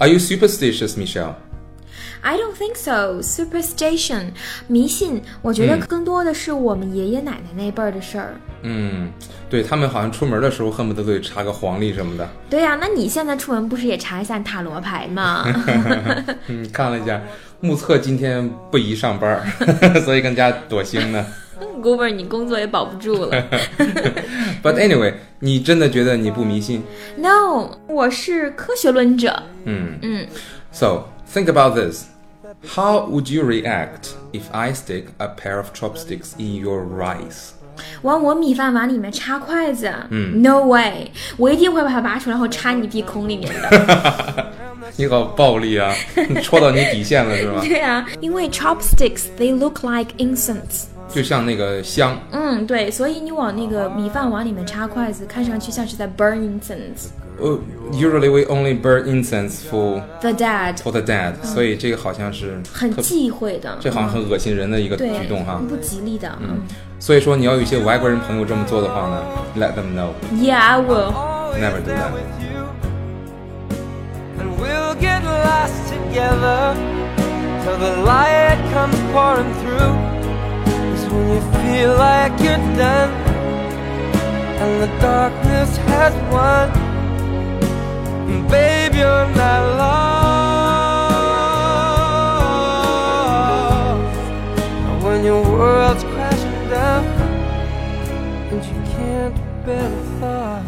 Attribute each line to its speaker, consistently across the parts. Speaker 1: Are you superstitious, Michelle?
Speaker 2: I don't think so. Superstition，迷信，我觉得更多的是我们爷爷奶奶那辈儿的事儿。
Speaker 1: 嗯，对他们好像出门的时候恨不得都得查个黄历什么的。
Speaker 2: 对呀、那你现在出门不是也查一下塔罗牌吗？
Speaker 1: 嗯，看了一下，目测今天不宜上班儿， 所以跟家躲星呢。
Speaker 2: 估摸儿你工作也保不住了。
Speaker 1: But anyway，你真的觉得你不迷信？
Speaker 2: No，我是科学论者。
Speaker 1: 嗯
Speaker 2: 嗯
Speaker 1: So think about this. How would you react if I stick a pair of chopsticks in your rice?
Speaker 2: 往我米饭碗里面插筷子。嗯，No way，我一定会把它拔出来，然后插你鼻孔里面的。
Speaker 1: 你好暴力啊！ 你戳到你底线了是吧？
Speaker 2: 对啊，因为 chopsticks they look like incense。
Speaker 1: 就像那个香，
Speaker 2: 嗯，对，所以你往那个米饭碗里面插筷子，看上去像是在 burn incense
Speaker 1: 呃、u s u a l l y we only burn incense for
Speaker 2: the dead，
Speaker 1: for the dead，、所以这个好像是
Speaker 2: 很
Speaker 1: 特
Speaker 2: 忌讳的，
Speaker 1: 这好像很恶心人的一个
Speaker 2: 对
Speaker 1: 举动哈。
Speaker 2: 不吉利的。嗯
Speaker 1: 所以说你要有一些外国人朋友这么做的话呢，let them know。
Speaker 2: ，Yeah，I will。
Speaker 1: Never do that.
Speaker 3: with you. And we'll get lost together till the light comes pouring through. Cause when you feel like you're done and the darkness has won, and babe, you're not lost. And when your world's crashing down and you can't bear a thought.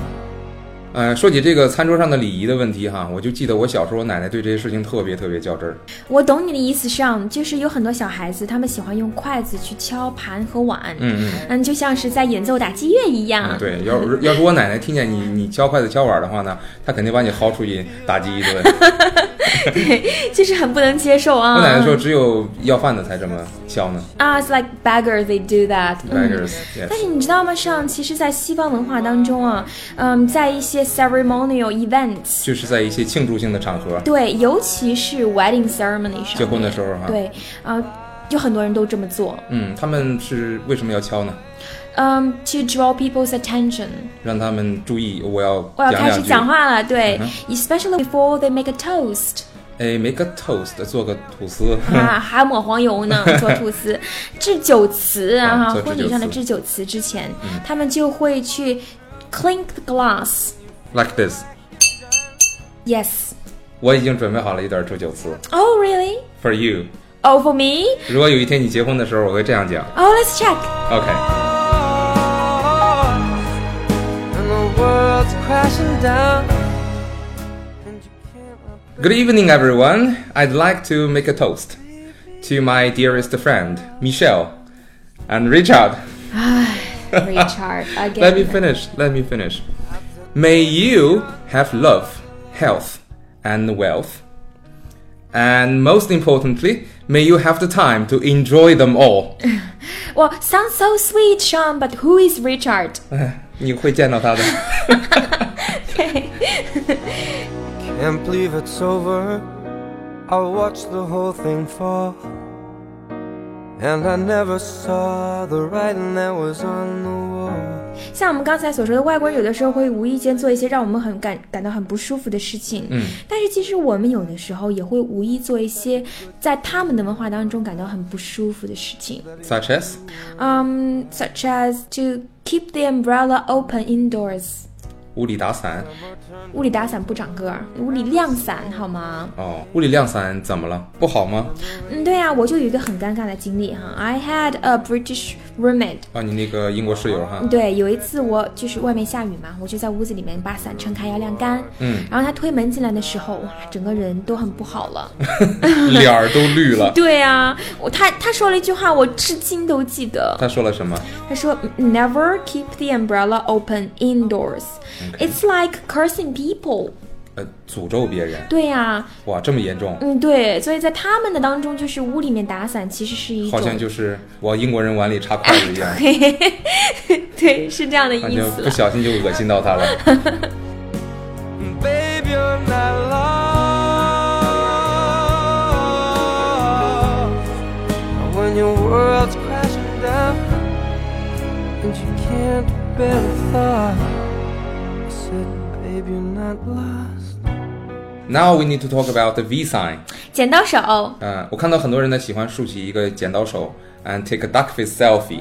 Speaker 1: 呃，说起这个餐桌上的礼仪的问题哈，我就记得我小时候我奶奶对这些事情特别特别较真儿。
Speaker 2: 我懂你的意思上，就是有很多小孩子他们喜欢用筷子去敲盘和碗，
Speaker 1: 嗯
Speaker 2: 嗯，就像是在演奏打击乐一样。
Speaker 1: 嗯，对，要是要是我奶奶听见你你敲筷子敲碗儿的话呢，她肯定把你薅出去打击一顿。
Speaker 2: 对， 就是很不能接受啊。
Speaker 1: 我奶奶说只有要饭的才这么敲呢
Speaker 2: 啊、i t s like beggar they do that 嗯。
Speaker 1: ，beggars
Speaker 2: 但
Speaker 1: yes。
Speaker 2: 是你知道吗？上，其实，在西方文化当中啊，嗯，在一些 ceremonial events，
Speaker 1: 就是在一些庆祝性的场合，
Speaker 2: 对，尤其是 wedding ceremony 上，
Speaker 1: 结婚的时候哈。，
Speaker 2: 对，啊、有很多人都这么做，
Speaker 1: 嗯，他们是为什么要敲呢？
Speaker 2: 嗯、t o um, draw people's attention，
Speaker 1: 让他们注意，我要
Speaker 2: 我要
Speaker 1: 讲
Speaker 2: 开始
Speaker 1: 两句。
Speaker 2: 讲话了，对、
Speaker 1: 嗯
Speaker 2: e s p e c i a l l y before they make a toast，
Speaker 1: 哎，make a toast，做个吐司。
Speaker 2: 啊，还抹黄油呢，做吐 司，制酒词
Speaker 1: 啊
Speaker 2: 啊，
Speaker 1: 做
Speaker 2: 婚
Speaker 1: 制
Speaker 2: 礼
Speaker 1: 酒
Speaker 2: 上的
Speaker 1: 词
Speaker 2: 制酒词之前，他们就会去 clink the glass，yes，
Speaker 1: like this，我已经准备好了一段祝酒词
Speaker 2: oh really。
Speaker 1: for you。
Speaker 2: Oh, for me?
Speaker 1: 如果有一天你结婚的时候，我会这样讲。
Speaker 2: Oh, let's check.
Speaker 1: OK，
Speaker 3: And the world's crashing down. And you can't
Speaker 1: Good evening, everyone. I'd like to make a toast to my dearest friend Michelle and Richard.
Speaker 2: Richard again.
Speaker 1: Let me finish. Let me finish. May you have love, health, and wealth. And most importantly, may you have the time to enjoy them all.
Speaker 2: Well, sounds so sweet, Sean, but who is Richard?
Speaker 1: 你会见到他的。
Speaker 3: Can't believe it's over. I watched the whole thing fall. And I never saw the writing that was on the wall.
Speaker 2: 像我们刚才所说的，外国人有的时候会无意间做一些让我们很感感到很不舒服的事情。嗯，但是其实我们有的时候也会无意做一些在他们的文化当中感到很不舒服的事情。
Speaker 1: Such as
Speaker 2: 嗯、s u c h as to keep the umbrella open indoors，
Speaker 1: 屋里打伞
Speaker 2: 屋里打伞不长个儿，屋里晾伞好吗？
Speaker 1: 哦，屋里晾伞怎么了？不好吗？
Speaker 2: 嗯，对啊，我就有一个很尴尬的经历哈，I had a British roommate。
Speaker 1: 啊，你那个英国室友哈，
Speaker 2: 对，有一次我就是外面下雨嘛，我就在屋子里面把伞撑开要晾干。
Speaker 1: 嗯，
Speaker 2: 然后他推门进来的时候，哇，整个人都很不好了。
Speaker 1: 脸儿都绿了。
Speaker 2: 对啊，我他他说了一句话，我至今都记得。
Speaker 1: 他说了什么？
Speaker 2: 他说，Never 嗯 keep the umbrella open indoors. It's like cursing people.
Speaker 1: 呃，诅咒别人。
Speaker 2: 对呀、啊，
Speaker 1: 哇，这么严重，
Speaker 2: 嗯，对，所以在他们的当中，就是屋里面打伞其实是一种
Speaker 1: 好，像就是往英国人碗里插筷子一样，
Speaker 2: 对，是这样的
Speaker 1: 那
Speaker 2: 意
Speaker 1: 就
Speaker 2: 思
Speaker 1: 不
Speaker 2: 了。
Speaker 1: 小心就恶心到他了。
Speaker 3: And babe, you're not lost. And when your world's crashing down. And you can't bear the thought. I said, babe, you're not lost.
Speaker 1: Now we need to talk about the V sign.
Speaker 2: 剪刀手啊，
Speaker 1: 嗯、我看到很多人呢喜欢竖起一个剪刀手，and take a duck face selfie。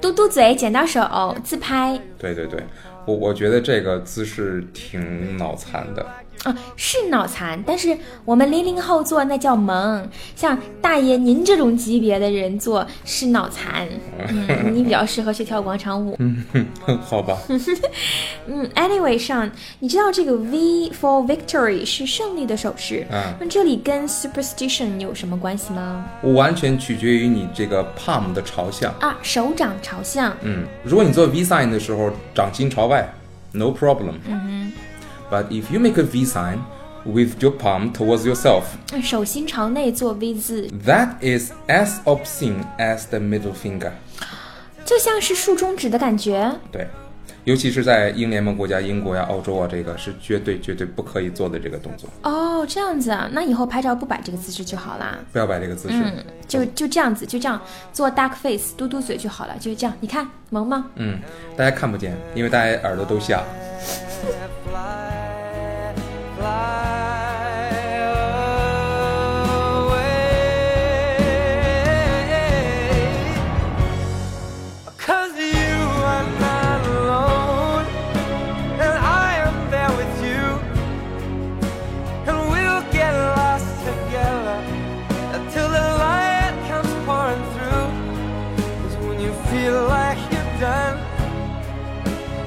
Speaker 2: 嘟嘟嘴，剪刀手，自拍
Speaker 1: 对对对，我我觉得这个姿势挺脑残的。
Speaker 2: 啊，是脑残，但是我们零零后做那叫萌，像大爷您这种级别的人做是脑残，嗯，你比较适合去跳广场舞。
Speaker 1: 好吧，
Speaker 2: 嗯，anyway 上，你知道这个 V for victory 是胜利的手势，
Speaker 1: 嗯
Speaker 2: 那这里跟 superstition 有什么关系吗？
Speaker 1: 我完全取决于你这个 palm 的朝向。
Speaker 2: 啊，手掌朝向，
Speaker 1: 嗯，如果你做 V sign 的时候掌心朝外，no problem。But if you make a V sign with your palm towards yourself,
Speaker 2: 嗯手心朝内做 V 字，
Speaker 1: that is as obscene as the middle finger。
Speaker 2: 就像是竖中指的感觉。
Speaker 1: 对，尤其是在英联盟国家，英国呀、澳洲啊，这个是绝对绝对不可以做的这个动作。
Speaker 2: 哦，这样子啊，那以后拍照不摆这个姿势就好啦。
Speaker 1: 不要摆这个姿势。
Speaker 2: 嗯，就就这样子，就这样做 duck face，嘟嘟嘴就好了，就是这样。你看萌吗？
Speaker 1: 嗯，大家看不见，因为大家耳朵都瞎。
Speaker 3: Fly, fly away. 'Cause you are not alone, and I am there with you, and we'll get lost together until the light comes pouring through. 'Cause when you feel like you're done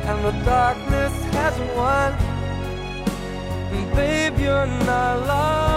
Speaker 3: and the darkness has won. And babe, you're not lost.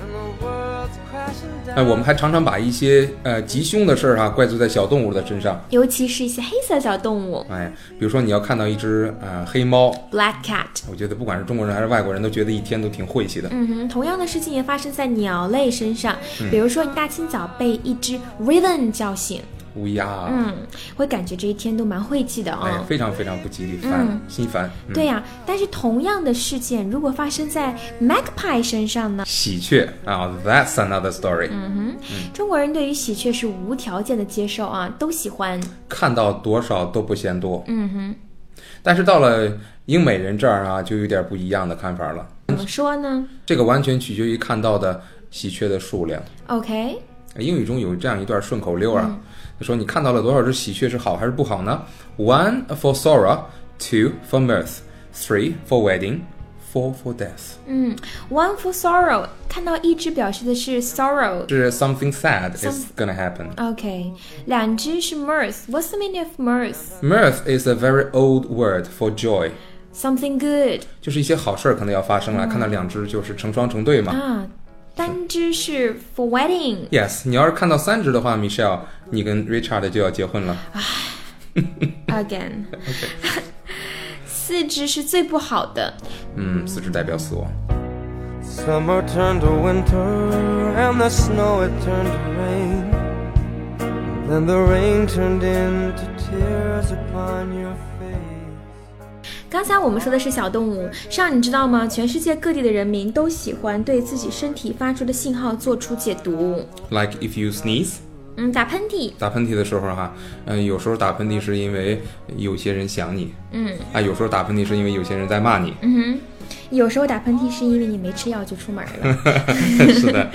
Speaker 3: And the world's crashing
Speaker 1: 哎，我们
Speaker 3: down.
Speaker 1: 还常常把一些呃吉凶的事儿、哈怪罪在小动物的身上。
Speaker 2: 尤其是一些黑色小动物
Speaker 1: 哎，比如说你要看到一只呃黑猫，
Speaker 2: ，black cat。
Speaker 1: 我觉得不管是中国人还是外国人都觉得一天都挺晦气的。
Speaker 2: 嗯哼，同样的事情也发生在鸟类身上，
Speaker 1: 嗯
Speaker 2: 比如说你大清早被一只 raven 叫醒，
Speaker 1: 乌鸦，啊
Speaker 2: 嗯，会感觉这一天都蛮晦气的啊、
Speaker 1: 哎呀，非常非常不吉利，烦，
Speaker 2: 嗯
Speaker 1: 心烦。嗯、
Speaker 2: 对呀、但是同样的事件如果发生在 magpie 身上呢？
Speaker 1: 喜鹊啊，That's another story、
Speaker 2: 嗯
Speaker 1: 嗯
Speaker 2: 中国人对于喜鹊是无条件的接受啊，都喜欢。
Speaker 1: 看到多少都不嫌多。
Speaker 2: 嗯哼，
Speaker 1: 但是到了英美人这儿啊，就有点不一样的看法了。
Speaker 2: 怎么说呢
Speaker 1: 这个完全取决于看到的喜鹊的数量。
Speaker 2: ？OK，
Speaker 1: 英语中有这样一段顺口溜啊，
Speaker 2: 嗯
Speaker 1: 他说：“你看到了多少只喜鹊是好还是不好呢？One for sorrow, two for mirth, three for wedding, four for death。
Speaker 2: 嗯，one for sorrow，看到一只表示的是 sorrow。
Speaker 1: 是 something sad is gonna happen。
Speaker 2: OK，两只是 mirth。What's the meaning of mirth?
Speaker 1: Mirth is a very old word for joy，
Speaker 2: Something good
Speaker 1: 就是一些好事儿可能要发生
Speaker 2: 嗯
Speaker 1: 了。看到两只就是成双成对嘛。
Speaker 2: 啊，单只是 for wedding。
Speaker 1: Yes，你要是看到三只的话，Michelle，你跟 Richard 就要结婚了。
Speaker 2: Again，四只是最不好的。
Speaker 1: 嗯，四只代表死亡。
Speaker 3: Summer turned to winter, and the snow it turned to rain. Then the rain turned into tears upon your face.
Speaker 2: 刚才我们说的是小动物，上你知道吗？全世界各地的人民都喜欢对自己身体发出的信号做出解读。
Speaker 1: Like if you sneeze，
Speaker 2: 嗯，打喷嚏，
Speaker 1: 打喷嚏的时候哈，嗯、有时候打喷嚏是因为有些人想你，
Speaker 2: 嗯
Speaker 1: 啊，有时候打喷嚏是因为有些人在骂你，
Speaker 2: 嗯哼，有时候打喷嚏是因为你没吃药就出门了。
Speaker 1: 是的。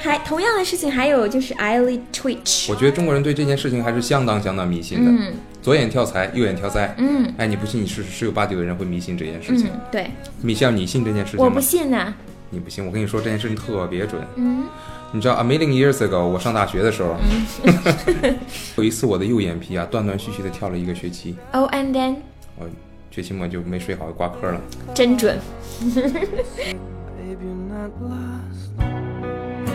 Speaker 2: 还同样的事情，还有就是 eyelid twitch。
Speaker 1: 我觉得中国人对这件事情还是相当相当迷信的，
Speaker 2: 嗯
Speaker 1: 左眼跳财，右眼跳灾。
Speaker 2: 嗯
Speaker 1: 哎，你不信，你是十有八九的人会迷信这件事情。
Speaker 2: 嗯，对，
Speaker 1: 米歇尔，你信这件事
Speaker 2: 我
Speaker 1: 情
Speaker 2: 不
Speaker 1: 吗？
Speaker 2: 信呐、
Speaker 1: 你不信，我跟你说这件事情特别准。
Speaker 2: 嗯
Speaker 1: 你知道啊 a million years ago，我上大学的时候，
Speaker 2: 嗯
Speaker 1: 有一次我的右眼皮啊断断续续的跳了一个学期，
Speaker 2: ，Oh and then，
Speaker 1: 我学期末就没睡好，挂科了。
Speaker 2: 真准。
Speaker 3: Babe, you're not lost.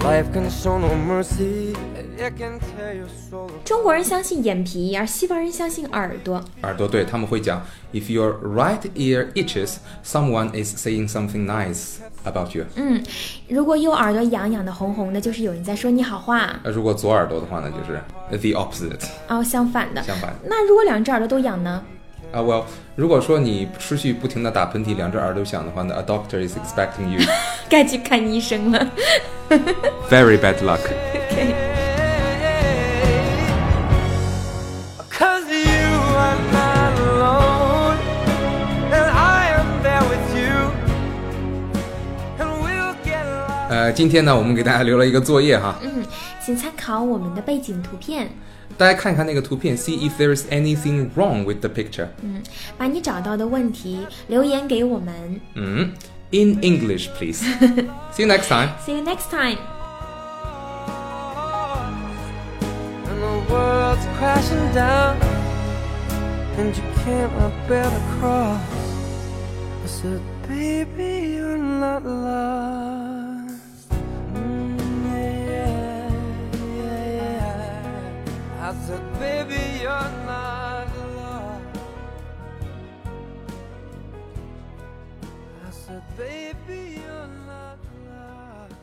Speaker 3: Life can show no mercy, it can tear your soul
Speaker 2: 中国人相信眼皮，而西方人相信耳朵。
Speaker 1: 耳朵对他们会讲，If your right ear itches, someone is saying something nice about you。
Speaker 2: 嗯，如果右耳朵痒痒的、红红的，就是有人在说你好话。
Speaker 1: 那如果左耳朵的话呢，就是 the opposite，
Speaker 2: 哦，相反的。
Speaker 1: 呃相反。
Speaker 2: 那如果两只耳朵都痒呢？
Speaker 1: 啊、well，如果说你持续不停的打喷嚏，两只耳朵响的话呢，a doctor is expecting you。
Speaker 2: 该去看医生了。
Speaker 1: Very bad luck.
Speaker 3: Cause you are not alone, and I am there with you, and we'll get lost.
Speaker 1: 呃，今天呢，我们给大家留了一个作业哈，
Speaker 2: 嗯，请参考我们的背景图片，
Speaker 1: 大家看看那个图片，see if there is anything wrong with the picture。
Speaker 2: 嗯，把你找到的问题留言给我们。
Speaker 1: 嗯，in English please。See you next time。
Speaker 2: See you next time.
Speaker 3: And the world's crashing down, and you cannot bear the cross. I said, baby, you're not lost. Mm, yeah, yeah, yeah. I said, baby, you're not lost. I said, baby, you're not lost.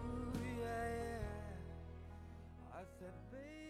Speaker 3: Ooh, yeah, yeah. I said, baby.